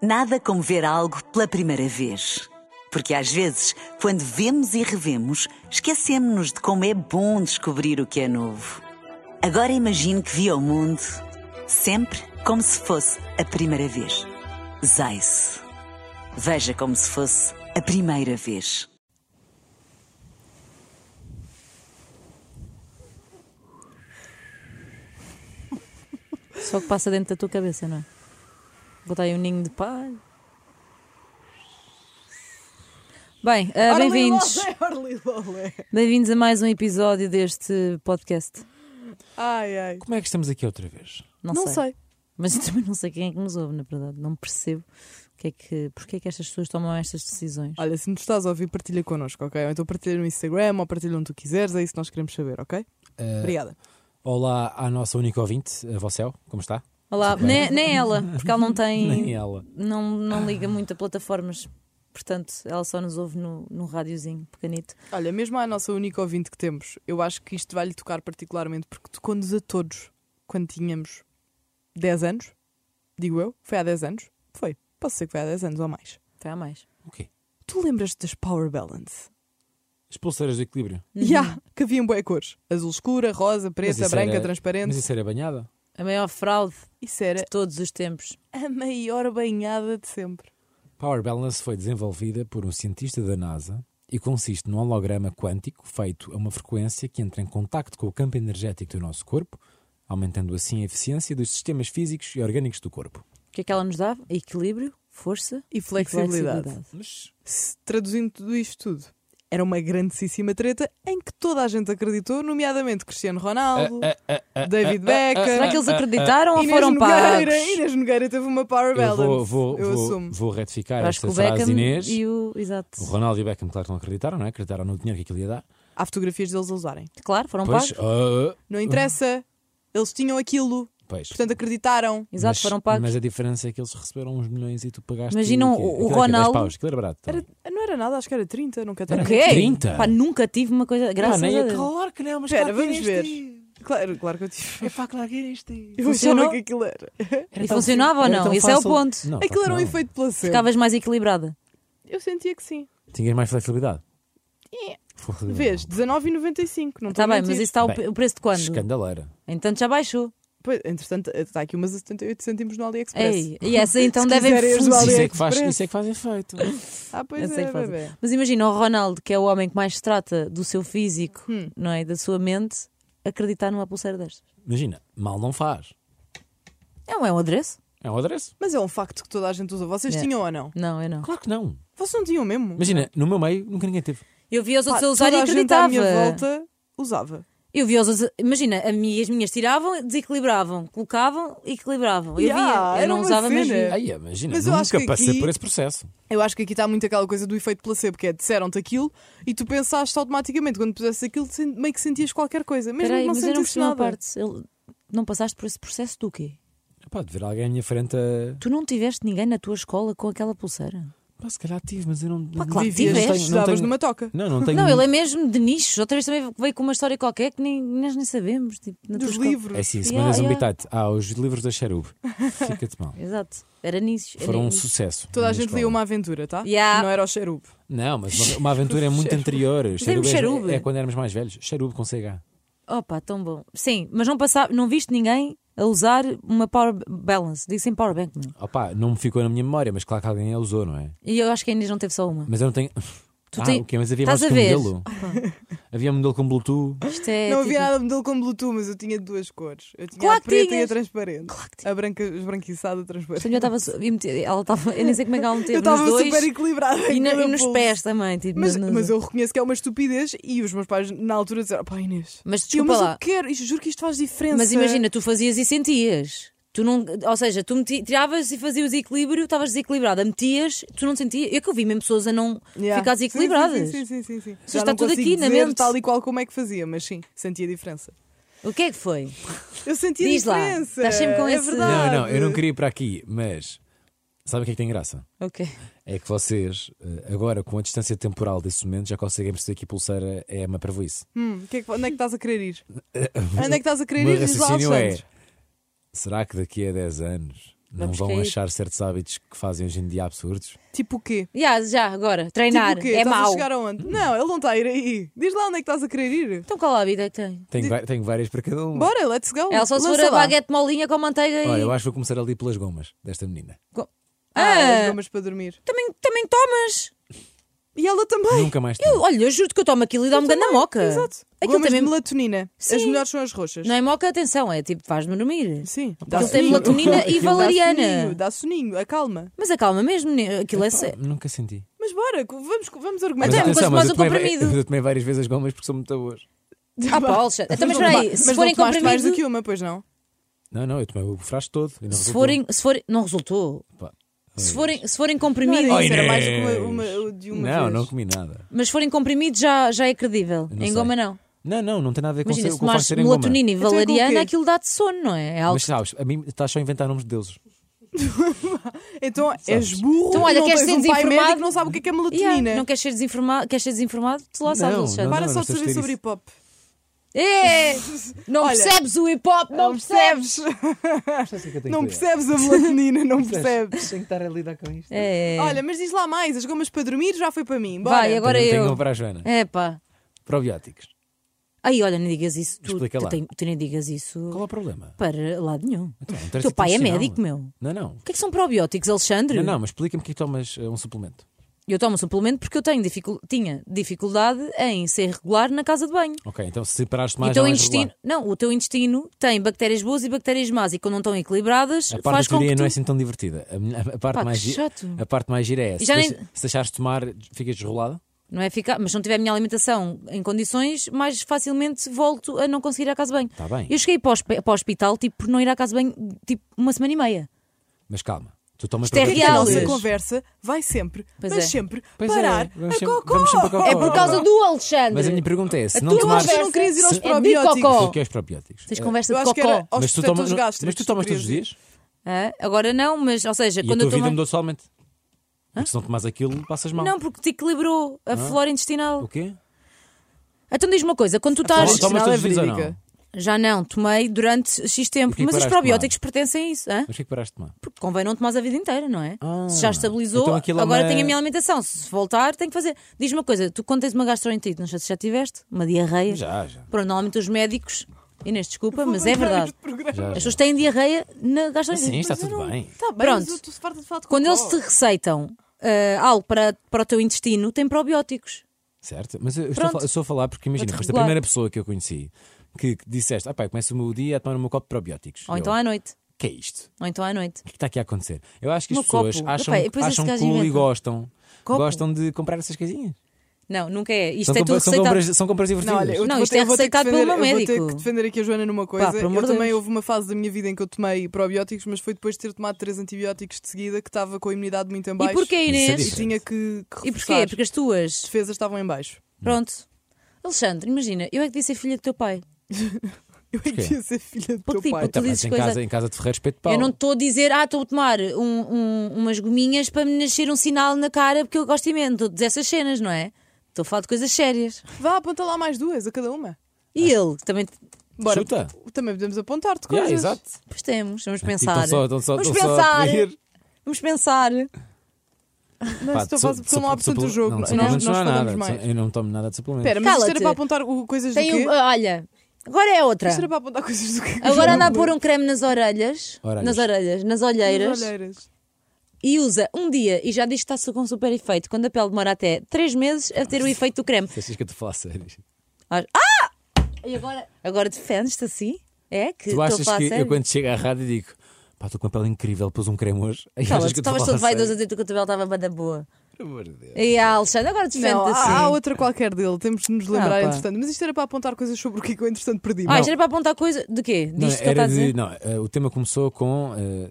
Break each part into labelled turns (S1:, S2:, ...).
S1: Nada como ver algo pela primeira vez. Porque às vezes, quando vemos e revemos, esquecemos-nos de como é bom descobrir o que é novo. Agora imagine que viu o mundo sempre como se fosse a primeira vez. Zais. Veja como se fosse a primeira vez.
S2: Só o que passa dentro da tua cabeça, não é? Botar aí um ninho de pai. Bem, ah, bem-vindos.
S3: Orly Lolé.
S2: Bem-vindos a mais um episódio deste podcast.
S3: Ai, ai.
S4: Como é que estamos aqui outra vez?
S2: Não, sei. Mas eu também não sei quem é que nos ouve, na verdade. Não percebo o que é que, porque é que estas pessoas tomam estas decisões.
S3: Olha, se nos estás a ouvir, partilha connosco, ok? Ou então partilha no Instagram ou partilha onde tu quiseres, é isso que nós queremos saber, ok?
S4: Eh,
S3: Obrigada.
S4: olá à nossa única ouvinte, a Vocel, como está?
S2: Olá,
S4: Tudo bem?
S2: nem, nem ela, porque ela não tem.
S4: Nem ela.
S2: Não, não liga muito a plataformas. Portanto, ela só nos ouve no, no rádiozinho pequenito.
S3: Olha, mesmo à nossa única ouvinte que temos, eu acho que isto vai-lhe tocar particularmente porque tocou-nos a todos quando tínhamos 10 anos, digo eu, foi há 10 anos? Foi, posso ser que foi há 10 anos ou mais.
S2: Foi a mais.
S4: O quê?
S3: Tu lembras das Power Balance?
S4: As pulseiras do equilíbrio.
S2: Uhum.
S3: Já, que havia em boé cores. Azul escura, rosa, preta,
S4: isso
S3: branca,
S4: era-
S3: transparente.
S4: Mas isso era banhada?
S2: A maior fraude
S3: Isso era
S2: de todos os tempos.
S3: a maior banhada de sempre.
S4: Power Balance foi desenvolvida por um cientista da NASA e consiste num holograma quântico feito a uma frequência que entra em contacto com o campo energético do nosso corpo, aumentando assim a eficiência dos sistemas físicos e orgânicos do corpo.
S2: O que é que ela nos dava? Equilíbrio, força
S3: E
S2: e
S3: flexibilidade.
S4: Mas
S3: Se- Traduzindo tudo isto tudo, era uma grandíssima treta em que toda a gente acreditou, nomeadamente Cristiano Ronaldo,
S4: Eh,
S3: David Beckham.
S2: Será que eles acreditaram ou
S3: Ah, Inês
S2: foram
S3: Nogueira,
S2: pagos?
S3: Inês Nogueira teve uma power
S4: eu
S3: balance.
S4: vou, vou,
S3: eu
S4: vou,
S3: assumo.
S4: vou retificar
S2: Eu Acho que
S4: esta
S2: o
S4: frase,
S2: Beckham
S4: Inês.
S2: e o. Exato.
S4: O Ronaldo e o Beckham, claro que não acreditaram, não é? Acreditaram no dinheiro que aquilo ia dar.
S3: Há fotografias deles a usarem.
S2: Claro, foram
S4: Pois,
S2: pagos.
S4: ah,
S3: Não interessa. Eles tinham aquilo,
S4: pois.
S3: portanto acreditaram.
S2: Exato,
S4: mas,
S2: foram pagos.
S4: Mas a diferença é que eles receberam uns milhões e tu pagaste.
S2: Imaginam
S4: quê?
S2: o- o
S4: Aquilo era quê?
S2: Ronaldo-
S4: 10 paus, aquilo era barato. então.
S3: Era- não era nada, acho que era 30, nunca
S2: O
S3: era
S2: quê?
S4: 30?
S2: Pá, nunca tive uma coisa.
S4: Pá,
S2: Graças
S4: nem
S2: a
S4: é-
S2: Deus.
S4: Claro que não, mas
S3: Espera,
S4: claro que
S3: vamos
S4: era
S3: ver.
S4: este.
S3: Claro, claro que eu tive.
S4: É pá, claro que era este.
S3: Eu
S2: Funcionou?
S3: achava que aquilo era.
S2: E funcionava ou não? Esse é o ponto.
S4: Não,
S3: Aquilo era um
S4: não.
S3: efeito placebo.
S2: Ficavas mais equilibrada.
S3: Eu sentia que sim.
S4: Tinhas mais flexibilidade.
S3: É.
S4: Flexibilidade.
S3: Vês, 19,95.
S2: Está
S3: Não estou a
S2: Tá bem,
S3: mentir.
S2: mas isso está o,
S4: Bem,
S2: pre- o preço de quando?
S4: é Escandaleira.
S2: Então já baixou.
S3: Pois, entretanto, está aqui umas a 78 centimos no AliExpress.
S2: Ei, e essa então
S3: Se
S2: devem
S3: quiseres,
S2: funcionar.
S3: vale.
S4: Isso é, que faz,
S3: AliExpress.
S4: isso é que faz efeito.
S3: Ah, pois
S2: Essa é
S3: é,
S2: que faz-
S3: bebê.
S2: Mas imagina o Ronaldo, que é o homem que mais se trata do seu físico,
S3: Hum.
S2: não é? Da sua mente, acreditar numa pulseira destas.
S4: Imagina, mal não faz.
S2: É um, é um adereço?
S4: É um adereço?
S3: Mas é um facto que toda a gente usa. Vocês
S2: Yeah.
S3: tinham ou não?
S2: Não, eu não.
S4: Claro que não.
S3: Vocês não tinham mesmo?
S4: Imagina, no meu meio nunca ninguém teve.
S2: Eu vi os
S3: Pá,
S2: outros a usar e
S3: toda a gente
S2: acreditava.
S3: à minha volta usava.
S2: Eu vi os outros. Imagina, a minha, as minhas tiravam, desequilibravam, colocavam e equilibravam. Eu,
S3: Yeah,
S2: via, eu
S3: era
S2: não
S3: uma
S2: usava, mas
S3: cena.
S2: via.
S4: Ai, imagina,
S3: Mas eu acho
S4: nunca
S3: que
S4: passei
S3: aqui-
S4: por esse processo.
S3: Eu acho que aqui está muito aquela coisa do efeito placebo, que é disseram-te aquilo e tu pensaste automaticamente, quando puseste aquilo, sen- meio que sentias qualquer coisa. Mesmo
S2: Peraí,
S3: que não
S2: mas eu não
S3: sentisse
S2: percebi uma
S3: nada.
S2: parte. Ele- Não passaste por esse processo do quê?
S4: Pá, de ver alguém à minha frente a.
S2: Tu não tiveste ninguém na tua escola com aquela pulseira?
S4: Pá, se calhar tive, mas eu não.
S2: Pá, claro
S4: não
S2: que
S4: tenho- não
S3: Vivias,
S2: tiveste,
S4: tenho- não
S3: estudavas
S4: tenho-
S3: numa toca.
S4: Não, não tenho.
S3: um-
S2: Não, ele é mesmo de nichos. Outra vez também veio com uma história qualquer que nem, nós nem sabemos. Tipo, na tua
S3: Dos
S2: escola.
S3: livros.
S4: É assim,
S2: Yeah,
S4: Semana yeah,
S2: yeah.
S4: Zumbitate. Há os livros da Cherub. Fica-te mal.
S2: Exato. Era nichos. era
S4: Foram um
S2: nichos.
S4: sucesso.
S3: Toda
S4: na
S3: a gente
S4: escola.
S3: lia uma aventura, tá?
S2: Yeah.
S3: Não era o xerube.
S4: Não, mas uma, uma aventura é muito anterior.
S2: Fizemos
S4: Cherub
S2: Cherub.
S4: é, é quando éramos mais velhos. Cherub com CH.
S2: Opa, tão bom. Sim, mas não, passava, não viste ninguém a usar uma power balance. Dizem power bank, não.
S4: Opa, não me ficou na minha memória, mas claro que alguém a usou, não é?
S2: E eu acho que a Inês não teve só uma.
S4: Mas eu não tenho. ah,
S2: tem-
S4: ok, mas havia
S2: estás
S4: mais que
S2: a ver?
S4: um modelo. Havia um modelo com Bluetooth.
S2: Isto é.
S3: não
S2: tipo-
S3: havia nada de modelo com Bluetooth, mas eu tinha de duas cores. Eu tinha
S2: Claro
S3: a
S2: que
S3: preta e a
S2: tinhas.
S3: transparente.
S2: Claro que
S3: A branca esbranquiçada transparente.
S2: Esta mulher estava. su- eu meti- Ela estava. Eu nem sei como é que ela
S3: eu
S2: meteu nos
S3: estava
S2: dois.
S3: super equilibrada.
S2: E, na-
S3: naquele
S2: e nos
S3: pulso.
S2: pés também. Tipo,
S3: Mas,
S2: nos-
S3: mas eu reconheço que é uma estupidez e os meus pais na altura disseram: pá, Inês.
S2: Mas
S3: eu,
S2: desculpa
S3: mas
S2: lá.
S3: eu quero, isto, juro que isto faz diferença.
S2: Mas imagina, tu fazias e sentias. Tu não, ou seja, tu meti, tiravas e fazias equilíbrio, estavas desequilibrada, metias, tu não sentias. Eu que eu vi mesmo pessoas a não
S3: Yeah.
S2: ficar desequilibradas.
S3: Sim, sim, sim. sim, sim, sim.
S2: Isso
S3: Já
S2: está
S3: não
S2: tudo
S3: consigo
S2: aqui na
S3: dizer
S2: mente.
S3: Tal e qual como é que fazia, mas sim, sentia diferença.
S2: O que é que foi?
S3: Eu sentia
S2: Diz lá,
S3: diferença.
S2: estás sempre com
S3: é
S2: esse-
S3: verdade.
S4: Não, não, eu não queria ir para aqui, mas. Sabe o que é que tem graça?
S2: Ok.
S4: É que vocês, eh, agora com a distância temporal desse momento, já conseguem perceber que a pulseira é uma parvoíce.
S3: Hum, que é que- onde é que estás a querer ir? Onde é que estás a
S4: O
S3: querer
S4: meu
S3: ir? Diz lá,
S4: raciocínio é:
S3: Alexandre.
S4: será que daqui a 10 anos Não
S2: Vamos
S4: vão
S2: cair.
S4: achar certos hábitos que fazem hoje em dia absurdos?
S3: Tipo o quê?
S2: Yeah, já, agora, treinar
S3: tipo o quê?
S2: é
S3: estás a
S2: mau.
S3: chegar aonde? Não, ele não está a ir aí. Diz lá onde é que estás a querer ir.
S2: Então qual a vida que tem?
S4: Tenho, va- tenho várias para cada um.
S3: Bora, let's go.
S2: Ela só se for
S3: Lança
S2: a
S3: lá.
S2: baguete molinha com manteiga
S4: Olha,
S2: e.
S4: eu acho que vou começar ali pelas gomas desta menina.
S2: Co-
S3: Ah,
S2: Ah,
S3: gomas para dormir.
S2: também, também tomas.
S3: E ela também.
S4: Nunca mais
S2: Eu, olha, eu juro que eu tomo aquilo e dá-me grande moca.
S3: Exato.
S2: Aquilo
S3: gomas
S2: também.
S3: de melatonina. As
S2: Sim.
S3: melhores são as roxas.
S2: Não é moca, atenção, é tipo, faz-me dormir.
S3: Sim.
S2: Aquilo tem melatonina e
S3: Dá
S2: valeriana.
S3: soninho, dá soninho, acalma.
S2: Mas acalma mesmo, ne- aquilo é. sé-
S4: Ah, Nunca senti.
S3: Mas bora, co- vamos, vamos
S2: Mas
S3: argumentar.
S2: Até- gosto mais
S4: eu
S2: do
S4: tomei,
S2: comprimido.
S4: va- eu tomei várias vezes as gomas porque são muito boas.
S2: Ah, pá, Alexandre. Então, mas
S3: não
S2: espera aí,
S3: toma-
S2: se
S3: mas
S2: forem
S3: não tomaste mais do
S2: comprimido.
S3: que uma, pois não?
S4: Não, não, eu tomei o frasco todo. e não
S2: Se
S4: resultou.
S2: forem, se forem. Não resultou.
S4: Pá.
S2: Se forem, se forem
S3: Não
S2: comprimidos.
S3: era isso, era
S4: Inês.
S3: mais que uma, uma- de uma
S4: não,
S3: vez.
S4: não comi nada.
S2: Mas se forem comprimidos já, já é credível.
S4: Eu não
S2: Em
S4: sei.
S2: goma não.
S4: Não, não, não tem nada a ver com
S2: Imagina,
S4: ser-
S2: se
S4: com o facto
S2: tomares
S4: de serem goma.
S2: melatonina e
S3: Então é com o quê?
S2: valeriana, aquilo dá-te sono, não é? É algo
S4: Mas sabes, a mim estás só a inventar nomes de deuses.
S3: Então és burro,
S2: Então, olha,
S3: não
S2: queres
S3: tens
S2: ser
S3: um pai
S2: desinformado?
S3: médico que não sabe o que é, que é melatonina.
S2: Yeah, Não queres ser desinformado? Queres ser desinformado? Tu lá sabes,
S4: Não,
S2: Alexandre.
S4: não.
S3: Para só de
S4: estou a
S3: saber
S4: dizer
S3: sobre
S4: isso.
S3: hip hop.
S2: É! Não
S3: Olha,
S2: percebes o hip hop, não, percebes!
S3: Não percebes a melatonina, não percebes.
S4: Tenho que estar a lidar com isto.
S2: É.
S3: Olha, mas diz lá mais, as gomas para dormir já foi para mim. Bora.
S2: Vai, agora
S4: Também Tenho
S2: eu.
S4: uma para a Joana.
S2: É pá.
S4: Probióticos.
S2: Aí, olha, não digas isso. Tu,
S4: Explica
S2: tu
S4: lá.
S2: tem- tu nem digas isso
S4: Qual é o problema?
S2: para lado nenhum.
S4: Então, um
S2: O
S4: teste
S2: teu pai é
S4: intestinal.
S2: médico, meu.
S4: Não, não.
S2: O que é que são probióticos, Alexandre?
S4: Não, não, mas explica-me que tomas eh, um suplemento.
S2: Eu tomo um suplemento porque eu tenho dificul- tinha dificuldade em ser regular na casa de banho.
S4: Ok, então se paraste
S2: E o
S4: mais
S2: teu
S4: não és
S2: intestino,
S4: regular.
S2: não, o teu intestino tem bactérias boas e bactérias más e quando não estão equilibradas,
S4: A parte
S2: faz
S4: da
S2: com
S4: teoria
S2: que tu...
S4: não é assim tão divertida. A, minha- a parte,
S2: Pá,
S4: mais
S2: que
S4: gi-
S2: chato.
S4: a parte mais gira é se,
S2: já nem-
S4: deixa- se deixares de tomar, ficas desrolada.
S2: Não é ficar, mas se não tiver a minha alimentação em condições, mais facilmente volto a não conseguir ir à casa de banho.
S4: Tá bem.
S2: Eu cheguei para o, hosp- para o hospital tipo, por não ir à casa de banho tipo, uma semana e meia.
S4: Mas calma, tu tomas
S2: Isto é
S3: E a
S2: real,
S4: probióticos.
S3: nossa
S2: Talvez.
S3: conversa vai sempre,
S2: Pois
S3: mas
S2: é.
S3: sempre
S4: Pois é,
S3: parar
S4: vamos
S3: a
S4: sempre-
S3: cocó.
S4: vamos sempre a cocó.
S2: É por causa do Alexandre.
S4: Oh, Mas a minha pergunta é: se
S2: A
S4: não
S2: tua
S4: tomares.
S2: conversa
S3: não querias ir aos
S2: é de
S3: probióticos.
S2: cocó.
S4: O que é os probióticos?
S2: Tens
S4: É,
S2: conversa
S3: Eu
S2: de
S3: acho que era
S2: cocó.
S3: aos
S4: mas tu
S3: protetores
S4: tomas, não-
S3: gástricos,
S4: mas tu tomas todos os
S3: querias
S4: dias?
S2: Hã? Agora não, mas ou seja,
S4: E a
S2: É quando
S4: tua
S2: eu
S4: vida
S2: tomo...
S4: mudou totalmente? Porque se não tomas aquilo, passas mal.
S2: Não, porque te equilibrou a flora intestinal.
S4: O quê? então-
S2: Então diz uma coisa, quando tu estás.
S4: Tomas tomas
S3: Sinal é
S4: todos os dias ou não?
S3: verídica.
S2: Já não, tomei durante X tempo.
S4: Porquê que
S2: Mas os
S4: paraste de
S2: probióticos pertencem a isso. Hã?
S4: Mas o que é que paraste de tomar?
S2: Porque convém não tomares a vida inteira, não é?
S4: Ah,
S2: se já estabilizou,
S4: então aquilo é
S2: agora
S4: uma-
S2: tenho a minha alimentação. Se voltar, tenho que fazer. Diz-me uma coisa, tu quando tens uma gastroenterite, não sei se já tiveste, uma diarreia.
S4: Já, já.
S2: Pronto, normalmente os médicos. Inês, desculpa, mas é
S3: Vou parar
S2: verdade.
S3: este programa.
S4: já,
S2: As
S4: já.
S2: pessoas têm diarreia na
S4: Sim,
S2: gastroenterite. é,
S4: está tudo bem.
S3: Tá bem,
S2: Pronto.
S3: mas eu estou farta de falar de
S2: Quando
S3: cocó.
S4: Oh.
S2: eles te receitam ah, algo para, para o teu intestino, tem probióticos.
S4: Certo? Mas eu estou, a
S2: Pronto.
S4: falar, eu estou a falar porque imagina,
S2: Para te
S4: foste a
S2: regular.
S4: primeira pessoa que eu conheci que, que disseste: ah, pá, eu começo o meu dia a tomar o meu copo de probióticos.
S2: Ou
S4: Eu,
S2: então à noite.
S4: que é isto?
S2: Ou então à noite.
S4: O que é que está aqui a acontecer? Eu acho que as
S2: No
S4: pessoas
S2: copo.
S4: acham,
S2: Epá, e depois
S4: acham
S2: este gajo
S4: cool e
S2: inventa.
S4: gostam.
S2: Copo.
S4: Gostam de comprar essas casinhas.
S2: Não, nunca é. Isto
S4: são,
S2: é
S4: compra-
S2: tudo
S4: são
S2: receitado.
S4: compras, são compras divertidas.
S3: Não, olha, eu
S2: Não,
S3: vou
S2: isto
S3: ter-
S2: é
S3: eu vou ter que
S2: receitado pelo
S3: defender-
S2: meu
S3: Eu vou ter
S2: médico.
S3: que defender aqui a Joana numa coisa.
S2: pelo
S3: eu
S2: amor de
S3: também
S2: Deus.
S3: houve uma fase da minha vida em que eu tomei probióticos, mas foi depois de ter tomado três antibióticos de seguida que estava com a imunidade muito em
S2: E
S3: baixo.
S2: porquê,
S4: Isso é
S2: Inês?
S3: E tinha que, que
S2: E
S3: reforçar.
S2: porquê? Porque as tuas.
S3: As defesas estavam em baixo.
S4: Hum.
S2: Pronto. Alexandre, imagina, eu é que disse a filha do teu pai.
S3: Eu é que
S4: Porquê?
S3: ia ser filha do
S2: Porque,
S3: teu
S2: tipo,
S3: pai.
S2: tu
S4: Tá, mas
S2: dizes
S4: em,
S2: coisa-
S4: casa, em casa de Ferreiros Peito de Pau.
S2: Eu não estou a dizer, ah, estou a tomar um- um- umas gominhas para me nascer um sinal na cara porque eu gosto imenso. Estou a dizer essas cenas, não é? Estou a falar de coisas sérias.
S3: Vá, aponta lá mais duas a cada uma.
S2: E ele também.
S3: Bora.
S4: Chuta.
S3: Também podemos apontar-te coisas.
S4: Yeah, exato.
S2: Pois temos, vamos
S4: Tipo,
S2: pensar.
S4: estão só- estão só-
S2: vamos
S4: estão só a
S2: pensar.
S4: pedir.
S2: Vamos pensar.
S3: Não,
S4: Pá,
S3: estou
S4: su-
S3: faz- porque não há
S4: su-
S3: um portanto o
S4: supl-
S3: jogo.
S4: não,
S3: Nós-
S4: suplementos
S3: nós
S4: não há
S3: falamos
S4: nada.
S3: mais.
S4: Eu não tomo nada de suplementos.
S3: Espera, mas isto era
S2: Cala-te.
S3: para apontar o- coisas
S2: Tem
S3: do quê?
S2: um- olha, agora é outra.
S3: Isto era para apontar coisas do quê?
S2: Agora anda a pôr um creme nas orelhas,
S4: Orelhas.
S2: nas orelhas, nas
S3: Nas
S2: olheiras,
S3: olheiras.
S2: e usa um dia e já diz que está com super efeito, quando a pele demora até 3 meses a ter o efeito do creme.
S4: Se achas que eu te falo a sério.
S2: Ah! E agora, agora defendes-te assim? É? Que
S4: Tu achas
S2: estou a falar
S4: que
S2: a sério?
S4: eu quando chego à rádio digo pá, estou com uma pele incrível, pus um creme hoje. Aí
S2: Cala,
S4: achas
S2: tu
S4: que eu te
S2: estavas
S4: falo
S2: todo
S4: a
S2: vaidoso a
S4: sério?
S2: dizer que o teu cabelo estava banda boa.
S4: Pelo amor de Deus.
S2: E a Alexandre, agora
S3: Não, ah,
S2: defende-te assim.
S3: há, há outra qualquer dele, temos de nos lembrar,
S2: Ah, pá.
S3: entretanto. Mas isto era para apontar coisas sobre o que é que eu, entretanto, perdi.
S2: Ah,
S3: Não.
S2: isto era para apontar coisa. De quê? Disto
S4: Não,
S2: que ele está
S4: era
S2: a dizer?
S4: de, não, eh, o tema começou com. eh,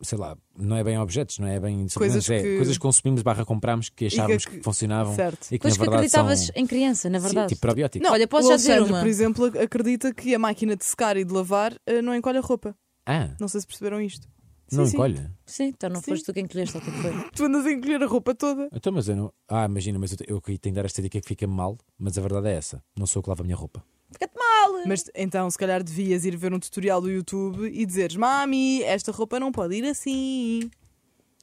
S4: sei lá, não é bem objetos, não é bem.
S3: Coisas
S4: suplementos, é
S3: que-
S4: coisas que consumimos barra comprámos que achávamos que,
S3: que-
S4: funcionavam.
S3: certo.
S4: E que
S2: Coisas
S4: na
S2: que
S4: verdade
S2: acreditavas
S4: são.
S2: em criança, na
S4: Sim,
S2: verdade.
S4: tipo probióticos.
S3: Não,
S2: Olha, posso
S3: o
S2: já dizer
S3: Alexandre,
S2: uma?
S3: por exemplo, ac- acredita que a máquina de secar e de lavar eh, não encolhe a roupa.
S4: Ah,
S3: Não sei se perceberam isto.
S4: não
S3: Sim, sim.
S4: encolhe.
S2: Sim, então não
S3: Sim.
S2: foste tu quem colheste, ou quem foi.
S3: Tu andas a encolher a roupa toda.
S4: Então, mas eu não. Ah, imagina, mas eu, te- eu aqui tenho de dar esta dica que fica mal, mas a verdade é essa. Não sou eu que lavo a minha roupa.
S2: Fica-te mal. tutorial.
S3: Mas então, se calhar, devias ir ver um tutorial do YouTube e dizeres: Mami, esta roupa não pode ir assim.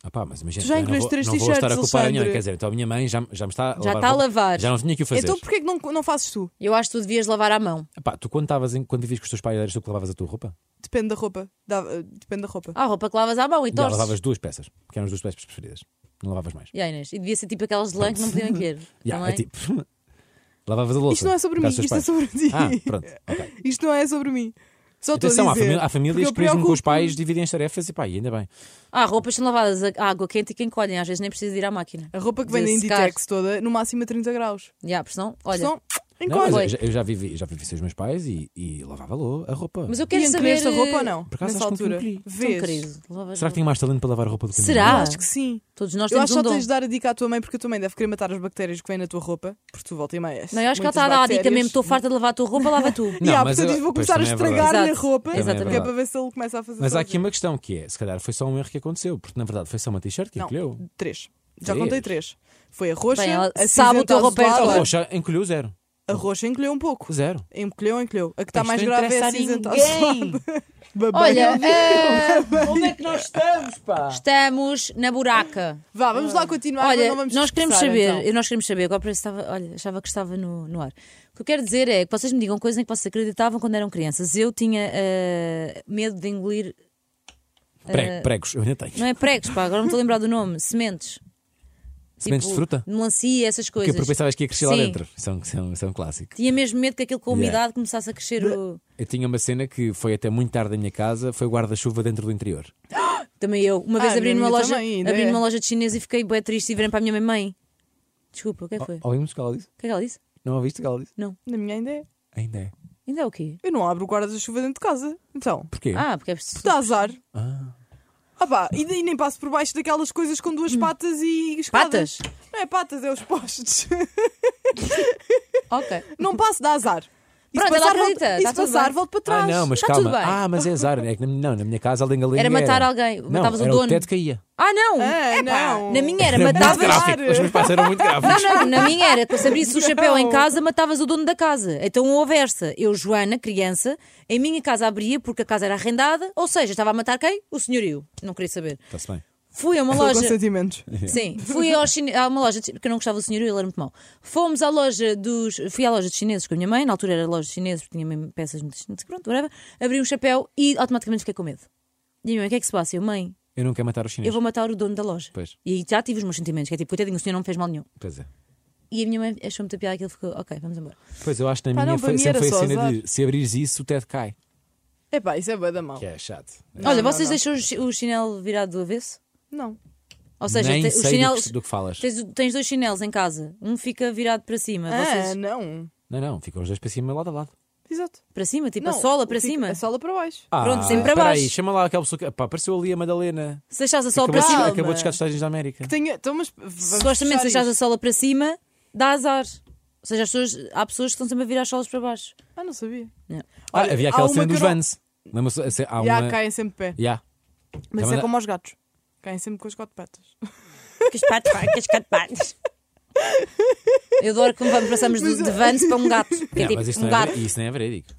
S4: Ah pá, mas imagina,
S3: Tu já
S4: eu não
S3: encolheste
S4: vou,
S3: três
S4: não vou estar a
S3: t-shirts,
S4: culpar a minha mãe,
S3: Alexandre.
S4: quer dizer, então a minha mãe já, já me está
S2: Já
S4: a lavar
S2: está a
S4: roupa.
S2: lavar.
S4: Já não tinha que o fazer.
S3: Então, porquê que não, não fazes tu?
S2: Eu acho que tu devias lavar à mão.
S4: Epá, tu quando estavas em- quando vivias com os teus pais eras tu que lavavas a tua roupa?
S3: Depende da roupa. Dá- eh, depende da roupa.
S2: Ah, roupa que lavas à mão e
S4: Já
S2: torces.
S4: lavavas duas peças, que eram as duas peças preferidas. Não lavavas mais.
S2: E aí, Inês, e devia ser tipo aquelas de lã que não podiam querer.
S4: Já,
S2: não
S4: é
S2: é?
S4: tipo. lavavas a louça.
S3: Tá Isto não é sobre
S4: por
S3: mim, isto
S4: causa dos
S3: é
S4: teus
S3: sobre ti.
S4: pais. Ah, pronto. ok. Então,
S3: Isto não é sobre mim. Só estou a
S4: Atenção, há,
S3: dizer,
S4: famí- há famílias
S3: porque
S4: que
S3: eu
S4: mesmo com os
S3: preocupo-me.
S4: pais dividem as tarefas e pá, e ainda bem.
S2: Ah, roupas são lavadas a à água quente e que encolhem, às vezes nem precisa de ir à máquina.
S3: A roupa que vem da
S2: de secar.
S3: Inditex toda, no máximo a 30 graus.
S2: Já, porque senão, olha.
S3: São
S4: Não, mas
S3: encolhe.
S4: eu, já- eu já vivi, já vivi sem os meus pais e, e lavava a lou- a roupa.
S2: Mas eu
S3: E
S2: quero saber.
S3: encolheste a roupa ou não?
S4: Por acaso
S3: nessa
S4: acho que nunca
S3: altura.
S4: encolhi.
S2: Então,
S3: Vês?
S2: querido, lavas
S4: Será que
S2: roupa.
S4: tenho mais talento para lavar a roupa do que a minha
S2: Será?
S4: mãe?
S3: Eu acho que sim.
S2: Todos nós
S3: Eu
S2: temos
S3: acho que
S2: um
S3: só
S2: dom.
S3: tens de dar a dica à tua mãe porque a tua mãe deve querer matar as bactérias que vêm na tua roupa, porque tu volta e meia. és
S2: Não, eu acho que ela
S3: muitas
S2: está a dar a dica
S3: bactérias.
S2: mesmo. Estou farta de lavar a tua roupa, lava tu.
S4: Não,
S3: yeah,
S4: mas
S3: portanto,
S4: eu-
S3: eu vou
S4: pois,
S3: começar a
S4: também é verdade.
S3: estragar-lhe a
S2: Exato.
S3: roupa,
S2: Exatamente.
S3: que é para ver se ele começa a fazer
S4: Mas há aqui
S3: sozinho.
S4: uma questão que é, se calhar foi só um erro que aconteceu, porque na verdade foi só uma t-shirt que
S3: Não,
S4: encolheu.
S3: três. Já
S4: Três.
S3: contei três. Foi a roxa,
S2: Bem, ela
S3: a
S2: sabe o teu
S3: cinzenta
S2: roupeiro
S3: azulada.
S4: A
S2: Claro.
S4: roxa encolheu zero.
S3: A roxa encolheu um pouco.
S4: Zero.
S3: Encolheu, encolheu. A que está
S4: Isto
S3: mais
S4: não
S3: grave é
S4: interessa
S3: a
S4: a
S3: cinzenta
S2: ninguém.
S3: azulada. Babei.
S2: Olha, eh,
S4: Onde é que nós estamos, pá?
S2: estamos na buraca.
S3: Vá, vamos lá continuar. mas
S2: Olha,
S3: não vamos
S2: nós queremos
S3: dispersar,
S2: saber,
S3: então.
S2: eu- nós queremos saber, agora parece que estava, olha, achava que estava no, no ar. O que eu quero dizer é que vocês me digam coisas em que vocês acreditavam quando eram crianças. Eu tinha eh, medo de engolir,
S4: Pregos, eu ainda tenho.
S2: Eh, não é pregos, pá, agora não me estou a lembrar do nome, sementes.
S4: Sementes de fruta?
S2: Melancia, essas
S4: Porque
S2: coisas.
S4: eu pensavas que ia crescer lá
S2: tipo Sim.
S4: dentro. é um, São, são, são clássicos.
S2: Tinha mesmo medo que aquilo com a
S4: Yeah.
S2: umidade começasse a crescer o...
S4: Eu tinha uma cena que foi até muito tarde da minha casa, foi guarda-chuva dentro do interior.
S2: Também eu. Uma vez
S3: Ah,
S2: abri
S3: na
S2: numa
S3: minha
S2: loja,
S3: também, ainda
S2: abri
S3: é.
S2: numa loja de chinês e fiquei bem triste e virei para a minha mãe, mãe. Desculpa, o que é que foi? O
S4: Ouvimos o que ela disse?
S2: que é que ela disse?
S4: Não ouviste o que ela disse?
S3: Na minha ainda é.
S4: Ainda é.
S2: Ainda é o quê?
S3: Eu não abro o guarda-chuva dentro de casa. Então,
S4: Porquê?
S2: Ah, porque é preciso.
S3: dá azar. Ah. pá, e daí nem passo por baixo daquelas coisas com duas patas e escadas.
S2: Hum. Patas?
S3: Não é patas, é os postes.
S2: Ok.
S3: Não passo, dá azar. E se
S2: Pronto, ela
S3: passar, volto-
S2: acredita,
S3: E
S2: tá
S3: se
S2: tudo
S3: passar,
S2: bem.
S3: volto para
S4: Ah,
S3: trás.
S4: não, mas
S2: Está
S4: calma.
S2: tudo bem.
S4: Ah, mas é azar. É que na, não, na minha casa alguém galinha
S2: Era matar alguém, matavas o
S4: era
S2: dono.
S4: O teto caía.
S2: Ah, não!
S3: Ah,
S2: Epá,
S3: não.
S2: Na minha era,
S4: Era é muito
S2: matavas.
S4: gráfico. Os meus pais eram muito gráficos.
S2: Não, não, na minha era, que se abrisse o chapéu em
S3: Não.
S2: casa, matavas o dono da casa. Então houve essa. Eu, Joana, criança, em minha casa abria porque a casa era arrendada, ou seja, estava a matar quem? O senhorio. Não queria saber.
S4: Está-se bem.
S2: Fui a uma
S3: São
S2: loja.
S3: consentimentos.
S2: Sim, fui ao chine- a uma loja de... porque eu não gostava do senhor, ele era muito mau. Fomos à loja dos. Fui à loja de chineses com a minha mãe, na altura era loja de chineses, porque tinha mesmo peças muito chineses, pronto, whatever. Abri um chapéu e automaticamente fiquei com medo. E a minha mãe, o que é que se passa? Eu, mãe,
S4: Eu não quero matar os chineses.
S2: eu vou matar o dono da loja.
S4: Pois.
S2: E aí já tive os meus sentimentos, que é tipo, coitadinho, o senhor não me fez mal nenhum.
S4: Pois é.
S2: E a minha mãe achou muita piada aquilo, ficou, ok, vamos embora.
S4: Pois eu acho que na
S3: Pá,
S4: minha
S3: não, para
S4: foi,
S3: mim
S4: sempre
S3: era
S4: foi a
S3: só
S4: cena de se abrires isso, o teto cai.
S3: É pá, isso é bué da mão.
S4: Que é chato.
S2: Olha,
S3: não,
S2: vocês
S3: não.
S2: deixam o chi- o chinelo virado do avesso?
S3: Não.
S2: Ou seja,
S4: Nem
S2: te- os
S4: sei do que-
S2: chinelos.
S4: do, que falas.
S2: Tens, tens dois chinelos em casa, um fica virado para cima,
S3: Ah,
S2: vocês.
S3: não.
S4: Não, não, ficam os dois para cima lado a lado.
S3: Exato.
S2: Para cima, tipo a
S3: Não,
S2: sola para
S3: fica- é
S2: cima.
S3: A sola para baixo.
S2: Pronto, sempre para
S4: Ah, espera
S2: baixo.
S4: aí, chama lá aquela pessoa que. Pá, apareceu ali a Madalena.
S2: Se deixares a sola para
S4: acabou, de,
S2: cima.
S4: chegar-
S3: Calma.
S4: acabou de chegar dos Estados Unidos da América.
S3: Que tenha... Então, mas vamos
S2: supostamente se
S3: fechar
S2: deixares a
S3: isto.
S2: sola para cima, dá azar. Ou seja, as pessoas, há pessoas que estão sempre a virar as solas para baixo.
S3: Ah, não sabia.
S2: Yeah.
S4: Ah,
S3: Olha,
S4: havia
S3: há
S4: aquela
S3: uma
S4: cena dos
S3: que eu não-
S4: Vans. Lembra-se? se- Há
S3: Já
S4: uma.
S3: caem sempre de pé.
S4: Já.
S3: Mas
S4: Também
S3: é
S4: dá-
S3: como aos gatos. Caem sempre com as quatro patas.
S2: Que as patas, que as quatro patas. Eu adoro como vamos- passamos de, de vans para um gato. Que é
S4: Não,
S2: tipo
S4: mas isso,
S2: um
S4: não é,
S2: gato.
S4: isso não é verídico.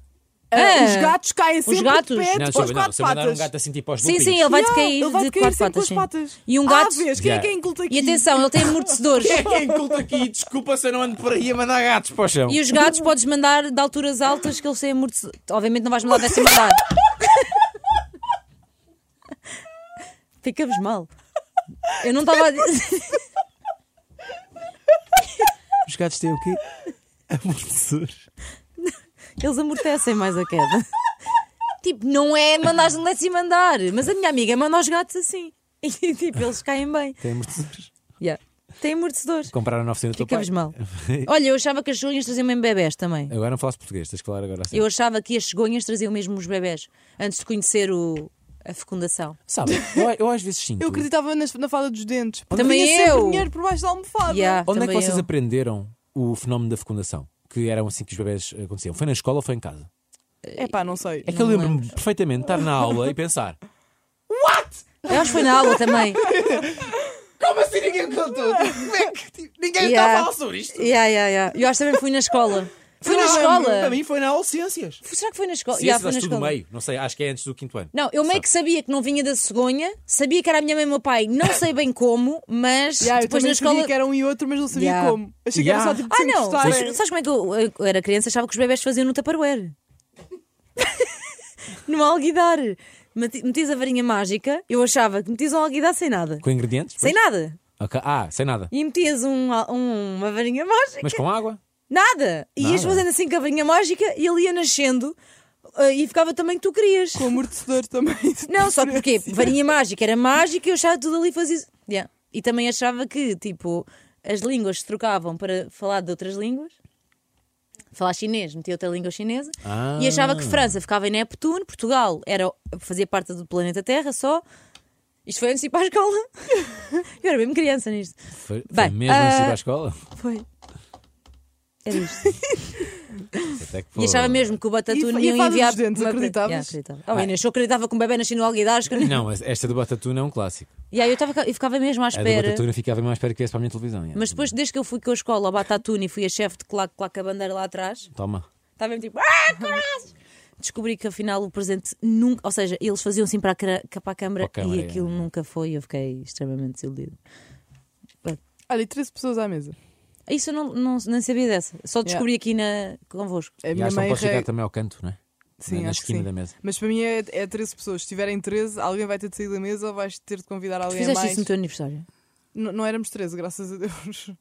S2: Ah,
S3: Os gatos caem sempre
S2: gatos?
S3: de pé
S4: não,
S3: com as
S4: se- não,
S3: quatro
S4: se eu mandar um
S3: patas.
S4: gato assim tipo aos
S2: Sim,
S4: lupins.
S2: sim, ele vai-te
S3: Yeah,
S2: cair
S3: ele vai
S2: de
S3: cair
S2: quatro
S3: sempre com
S2: patas.
S3: as
S2: sim.
S3: patas.
S2: E um
S3: Ah,
S2: gato.
S3: vês? Quem é que é
S4: Yeah.
S3: inculto aqui?
S2: e atenção, ele tem amortecedores.
S4: Quem culta É aqui? Desculpa se eu não ando por aí a mandar gatos para o chão.
S2: E os gatos podes mandar de alturas altas que eles têm amortecedores. Obviamente não vais mandar décimo andar. Ficamos mal. Eu não estava a dizer.
S4: Os gatos têm o quê? Amortecedores.
S2: Eles amortecem mais a queda. tipo, não é mandar no décimo andar, mas a minha amiga manda aos gatos assim. E tipo, eles caem bem.
S4: Têm amortecedores.
S2: Yeah. Tem amortecedores.
S4: Compraram 900 do teu pai.
S2: Ficamos é mal. Olha, eu achava que as cegonhas traziam mesmo bebés também.
S4: Agora não falas português, tens que falar agora assim.
S2: Eu achava que as cegonhas traziam mesmo os bebés antes de conhecer o, a fecundação.
S4: Sabe, eu, eu às vezes sinto.
S3: Eu acreditava nas- na fada dos dentes. Porque
S2: Também
S3: tinha sempre
S2: eu.
S3: dinheiro por baixo da almofada.
S2: Yeah,
S4: Onde é que
S2: também
S4: vocês
S2: eu.
S4: aprenderam o fenómeno da fecundação? Que eram assim que os bebés aconteciam. Foi na escola ou foi em casa?
S3: É pá, não sei.
S4: É que eu
S2: Não
S4: lembro-me perfeitamente de estar na aula e pensar:
S2: Eu acho que foi na aula também.
S4: como assim ninguém contou? Como é que ninguém
S2: Yeah.
S3: tá
S4: sobre isto?
S2: Yeah, yeah, yeah. Eu acho que também fui na escola. Foi na
S3: é
S5: Não, Para
S2: escola.
S5: mim foi na aula de ciências.
S2: Será que foi na escola?
S4: Se
S2: Já,
S4: esse
S2: foi na
S4: dá-se tudo
S2: escola.
S4: meio, não sei, acho que é antes do quinto ano.
S2: Não, eu meio que sabia que não vinha da cegonha, sabia que era a minha mãe e o meu pai, não sei bem como, mas
S3: Yeah, ah, eu
S2: depois na
S3: também sabia
S2: escola.
S3: que era um e outro, mas não sabia
S2: Yeah.
S3: como. Achei que era
S4: Yeah.
S3: só tipo
S2: Ah,
S3: de
S2: não!
S3: encostarem.
S2: Sabes, sabes como é que eu, eu era criança? Achava que os bebés faziam no Tupperware. no alguidar. Meti- Metias a varinha mágica, eu achava que metias um alguidar sem nada.
S4: Com ingredientes?
S2: Sem nada.
S4: Ok. Ah, sem nada.
S2: E metias um, al- um- uma varinha mágica.
S4: Mas com água?
S2: Nada! E ias
S4: Nada.
S2: fazendo assim com a varinha mágica e ele ia nascendo eh, e ficava também que tu querias.
S3: Com o amortecedor também.
S2: Não, só que porque varinha mágica era mágica e eu achava tudo ali fazia. Yeah. E também achava que, tipo, as línguas se trocavam para falar de outras línguas. Falar chinês, metia outra língua chinesa.
S4: Ah.
S2: E achava que França ficava em Neptuno, Portugal era, fazia parte do planeta Terra só. Isto foi antes de ir para a escola. eu era mesmo criança nisto.
S4: Foi,
S2: Bem,
S4: foi mesmo antes de ir
S2: ah,
S4: para a escola?
S2: Foi. Era isto.
S4: Até que
S2: E
S4: foi.
S2: achava mesmo que o Batatune
S3: E-
S2: ia
S3: e a fada dos
S2: enviar.
S3: dentes,
S2: uma-
S3: acreditavas?
S2: Yeah, acreditava. Oh, Inês, eu acreditava que um bebê nascia no Alguidares. Que...
S4: Não, mas esta do Batatuna é um clássico.
S2: Yeah, eu, tava, eu ficava mesmo à
S4: A É do
S2: espera.
S4: Batatuna ficava mais espera que viesse para a minha televisão. é.
S2: Mas depois, desde que eu fui com a escola ao Batatune e fui a chefe de claque, claque a bandeira lá atrás,
S4: Toma.
S2: estava mesmo tipo, ah, coraças! Descobri que afinal o presente nunca. Ou seja, eles faziam assim para a, cara- para a câmara
S4: Para a câmara,
S2: e aquilo
S4: é.
S2: nunca foi. Eu fiquei extremamente desiludida.
S3: Olha, e 13 pessoas à mesa.
S2: Isso eu não, não, nem sabia dessa. Só descobri aqui na, convosco.
S3: A
S4: E
S3: minha
S4: acho que não
S3: mãe
S4: pode
S3: é-
S4: chegar também ao canto, não é?
S3: Sim,
S4: na, na
S3: acho que
S4: esquina
S3: sim.
S4: da mesa.
S3: Mas para mim é, é 13 pessoas. Se tiverem 13, alguém vai ter de sair da mesa ou vais ter de convidar
S2: Tu
S3: alguém a
S2: fizeste
S3: mais.
S2: isso no teu aniversário?
S3: N- Não éramos 13, graças a Deus.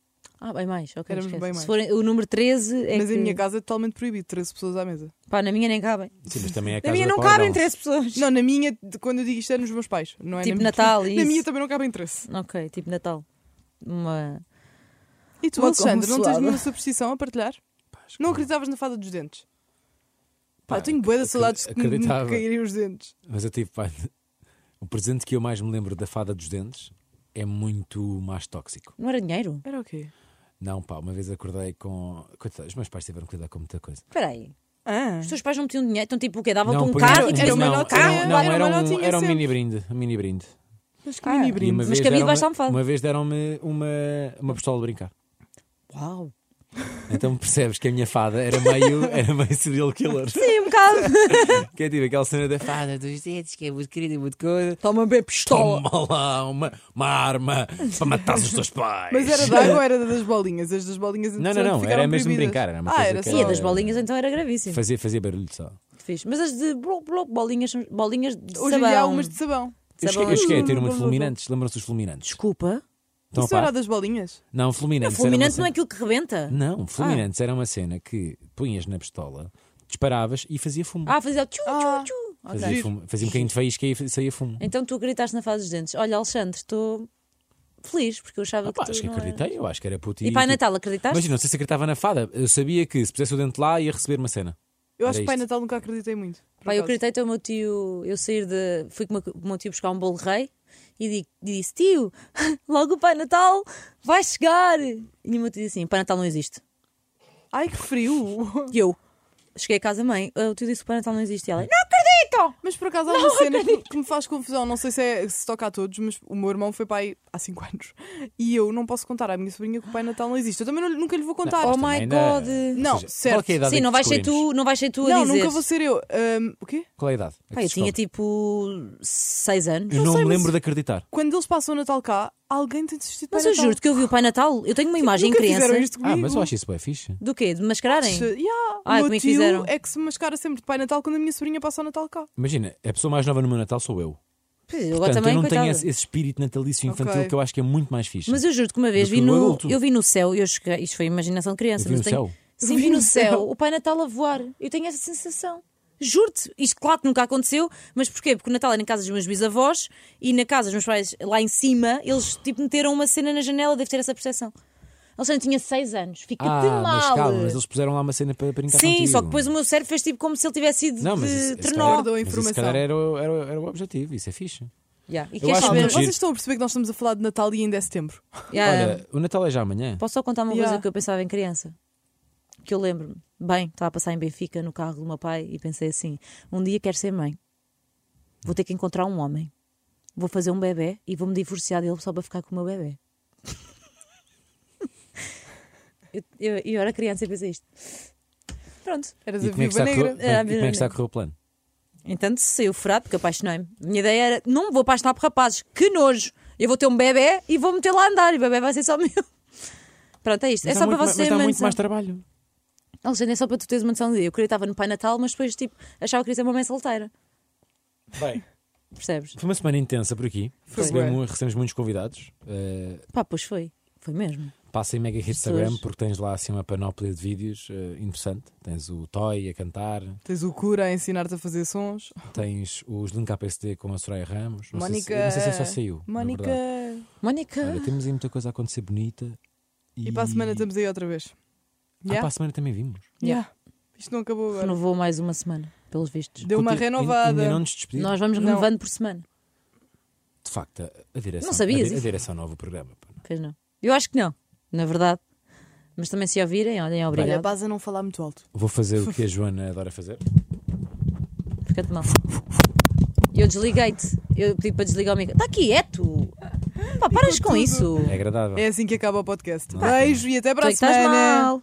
S2: Ah, bem mais, ok.
S3: Éramos
S2: esquece.
S3: bem mais.
S2: Se forem o número 13 é
S3: Mas
S2: que...
S3: em minha casa é totalmente proibido 13 pessoas à mesa.
S2: Pá, na minha nem cabem.
S4: Sim, mas também é a
S2: Na
S4: casa
S2: minha
S4: da
S2: não
S4: Paula
S2: cabem
S4: Dons.
S2: 13 pessoas.
S3: Não, na minha, de- quando eu digo isto, é nos meus pais. Não é
S2: Tipo
S3: na minha-
S2: Natal e
S3: Na
S2: isso.
S3: minha também não cabem 13.
S2: Ok, tipo Natal. Uma.
S3: E tu,
S2: Uma
S3: Alexandre, não tens
S2: consoada.
S3: nenhuma superstição a partilhar? Não acreditavas na fada dos dentes? Pá, eu tenho bué da
S4: acre-
S3: saudades de que me- me
S4: acreditava.
S3: caírem os dentes.
S4: Mas eu tive, pá, o presente que eu mais me lembro da fada dos dentes é muito mais tóxico.
S2: Não era dinheiro?
S3: Era o quê?
S4: Não, pá, uma vez acordei com. Coitado, os meus pais tiveram que lidar com muita coisa.
S2: Espera aí.
S3: Ah,
S2: Os teus pais não tinham dinheiro, então tipo o quê? Davam-te
S4: não,
S2: um
S4: punham-
S2: carro e
S3: era
S2: tinhas
S3: uma
S4: não,
S2: um
S4: não,
S3: notinha,
S2: carro.
S4: era, um-
S3: pá,
S4: não, era
S3: uma
S4: um,
S3: notinha
S4: era um
S3: sempre.
S4: mini brinde. Um mini brinde.
S3: mas que mini brinde.
S2: Mas que abriu
S4: deram-me-
S2: debaixo da almofada.
S4: Uma vez deram-me uma, uma pistola de brincar.
S2: Uau!
S4: Então percebes que a minha fada era meio, era meio serial killer.
S2: Sim, um bocado.
S4: Que é tipo aquela cena da fada dos dentes, que é muito querida e muito coisa.
S2: Toma bem pistola.
S4: Toma lá uma, uma arma para matar os teus pais.
S3: Mas era da água ou era das bolinhas? As das bolinhas
S4: Não, não,
S3: entretanto,
S4: não,
S3: ficaram
S4: era mesmo
S3: proibidas.
S4: brincar, era uma
S3: ah,
S4: coisa
S3: era
S4: que
S3: só...
S4: era-
S2: E a das bolinhas então era gravíssimo.
S4: Fazia, fazia barulho só.
S2: Fixe. Mas as de bloc, bloc, bolinhas são bolinhas de
S3: Hoje em
S2: sabão.
S3: dia há umas de sabão.
S4: Eu
S2: Sabão.
S4: cheguei, eu cheguei a ter uma de fulminantes, lembram-se dos fulminantes?
S2: Desculpa.
S4: Estão a
S3: Isso
S4: par?
S3: era das bolinhas?
S4: Então, Não, fulminantes. era uma
S2: Fulminante não
S4: cena-
S2: é Ah. aquilo que rebenta?
S4: Não, fulminantes era uma cena que punhas na pistola, disparavas e fazia fumo.
S2: Ah, fazia tchu,
S3: Ah.
S2: tchu, tchu. Ok.
S4: fazia, fumo. fazia um bocadinho de faísca e saía fumo.
S2: Então tu acreditaste na fase dos dentes. Olha, Alexandre, estou feliz porque eu achava
S4: Ah, pá,
S2: que tu
S4: acho que tipo,
S2: não eras.
S4: acreditei, eu acho que era puto.
S2: E Pai Natal, acreditaste?
S4: Mas eu não sei se acreditava na fada. Eu sabia que se pusesse o dente lá ia receber uma cena.
S3: Eu
S4: Era
S3: acho que Pai
S4: isto.
S3: Natal nunca acreditei muito. por
S2: Pá, eu
S3: acaso.
S2: acreditei até o meu tio. Eu sair de. Fui com o meu- o meu tio buscar um bolo rei e di- disse: Tio, logo o Pai Natal vai chegar. E o meu tio disse assim: Pai Natal não existe.
S3: Ai, que frio!
S2: E eu cheguei a casa, mãe, ah, o tio disse que o Pai Natal não existe. E ela: Não!
S3: Mas por acaso há uma cena que, que me faz confusão. Não sei se, é, se toca a todos, mas o meu irmão foi pai há 5 anos. E eu não posso contar à minha sobrinha que o Pai Natal não existe. Eu também não- nunca lhe vou contar.
S2: Oh
S4: Mas
S2: my
S4: também é?
S2: God.
S3: Não,
S4: ou seja,
S3: certo.
S4: Qual é a idade em
S2: Sim,
S4: que
S2: não vais, ser
S4: descobrimos?
S2: tu, não vais ser tu a
S3: não,
S2: dizer.
S3: nunca vou ser eu. Ahm, o quê?
S4: Qual é a idade? em que
S2: Pá, eu tinha
S4: descobres?
S2: tipo 6 anos.
S4: Eu não
S3: sei,
S4: me
S3: mas-
S4: lembro de acreditar.
S3: Quando eles passam o Natal cá, alguém tem desistido de
S2: Mas
S3: Pai
S2: eu
S3: Natal.
S2: juro que eu vi o Pai Natal. Eu tenho uma imagem em
S3: Nunca
S2: criança.
S3: fizeram isto comigo.
S4: Ah, mas eu acho isso bem fixe.
S2: Do quê? De mascararem?
S3: Yeah,
S2: Ai,
S3: o
S2: como é
S3: meu
S2: que
S3: tio
S2: fizeram?
S3: é que se mascara sempre de Pai Natal quando a minha sobrinha passa o Natal cá.
S4: Imagina, a pessoa mais nova no meu Natal sou eu.
S2: Pois, eu agora
S4: Portanto,
S2: também,
S4: eu não
S2: coitada.
S4: tenho esse, esse espírito natalício infantil
S3: Ok.
S4: que eu acho que é muito mais fixe.
S2: Mas eu juro que uma vez
S4: Do
S2: vi
S4: que o
S2: no,
S4: um adulto.
S2: eu vi no céu, eu cheguei, isto foi imaginação de criança,
S4: Eu vi
S2: mas
S4: no
S2: tenho,
S4: céu.
S2: sim, vi no céu o Pai Natal a voar. Eu tenho essa sensação. Juro-te, isto claro que nunca aconteceu, mas porquê? Porque o Natal era em casa dos meus bisavós e na casa dos meus pais, lá em cima, eles tipo meteram uma cena na janela, deve ter essa percepção. Alexandre tinha 6 anos, fica
S4: ah,
S2: de
S4: mas
S2: mal.
S4: calma, mas eles puseram lá uma cena para brincar
S2: Sim,
S4: contigo.
S2: só que depois o meu cérebro fez tipo como se ele tivesse sido
S4: Não, mas é
S2: de
S4: isso, isso,
S2: trenó.
S4: calhar-
S3: Guardou a
S4: mas isso se
S3: informação.
S4: calhar era, o- era, o- era o objetivo, isso é fixe.
S2: Yeah. E
S4: Eu
S2: queres
S4: acho é
S2: saber?
S4: muito
S3: Vocês
S4: giro.
S3: estão a perceber que nós estamos a falar de Natal e ainda é setembro.
S2: Yeah.
S4: Olha, o Natal é já amanhã.
S2: Posso só contar uma
S3: Yeah.
S2: coisa que eu pensava em criança? Que eu lembro-me. Bem, estava a passar em Benfica no carro do meu pai e pensei assim: um dia quero ser mãe. Vou ter que encontrar um homem. Vou fazer um bebê e vou-me divorciar dele só para ficar com o meu bebê. eu, eu- eu era criança e pensei isto. Pronto.
S3: Eras
S4: E
S3: a
S4: como é que
S3: viúva
S4: está a
S3: negra.
S4: correr- bem, e
S2: Ah,
S4: como é que está a correr o plano?
S2: Então saiu furado porque apaixonei-me. Minha ideia era: não me vou apaixonar por rapazes, que nojo! Eu vou ter um bebê e vou meter lá a andar e o bebê vai ser só meu. Pronto, é isto. é
S4: Mas
S2: só
S4: dá muito
S2: para
S4: ma-
S2: vocês terem
S4: Mas
S2: uma
S4: dá muito
S2: noção.
S4: mais trabalho.
S2: Alexandre, é só para tu teres uma noção de dia. Eu queria estava no Pai Natal, mas depois tipo, achava que queria ser uma mãe solteira.
S4: Bem,
S2: Percebes?
S4: foi uma semana intensa por aqui.
S3: Foi
S4: Recebemos,
S3: bué.
S4: mu- recebemos muitos convidados. Eh,
S2: Pá, pois foi. Foi mesmo.
S4: Passa em mega Instagram
S2: pessoas.
S4: porque tens lá assim uma panóplia de vídeos eh, interessante. Tens o Toy a cantar,
S3: Tens o cura a ensinar-te a fazer sons.
S4: tens os Link APSD com a Soraya Ramos. Não sei se-
S3: Mónica.
S4: não sei se só saiu. na
S3: Mónica.
S4: verdade.
S2: Mónica.
S4: Olha, temos aí muita coisa a acontecer bonita. E,
S3: E para a semana estamos aí outra vez.
S4: Ah, para a semana também vimos.
S2: Yeah.
S3: Yeah. Isto não acabou agora.
S2: Renovou mais uma semana, pelos vistos.
S3: Deu uma
S4: Conti-
S3: renovada.
S4: Ainda não nos despedir.
S2: Nós vamos
S3: Não.
S2: renovando por semana.
S4: De facto, a- a direção.
S2: Não sabias
S4: a, di- a
S2: isso?
S4: direção nova do programa. pá.
S2: Pois não. Eu acho que não, na verdade. Mas também se ouvirem, olhem,
S3: Olha, a
S2: obrigado.
S3: base a não falar muito alto.
S4: Vou fazer o que a Joana adora fazer.
S2: Fica-te mal. Eu desliguei-te. Eu pedi para desligar o micro. Está quieto! Pá, paras com isso!
S4: É agradável.
S3: É assim que acaba o podcast.
S4: Não.
S3: Beijo e até
S2: Tu
S3: para
S2: é
S3: a
S2: que estás
S3: semana.
S2: mal!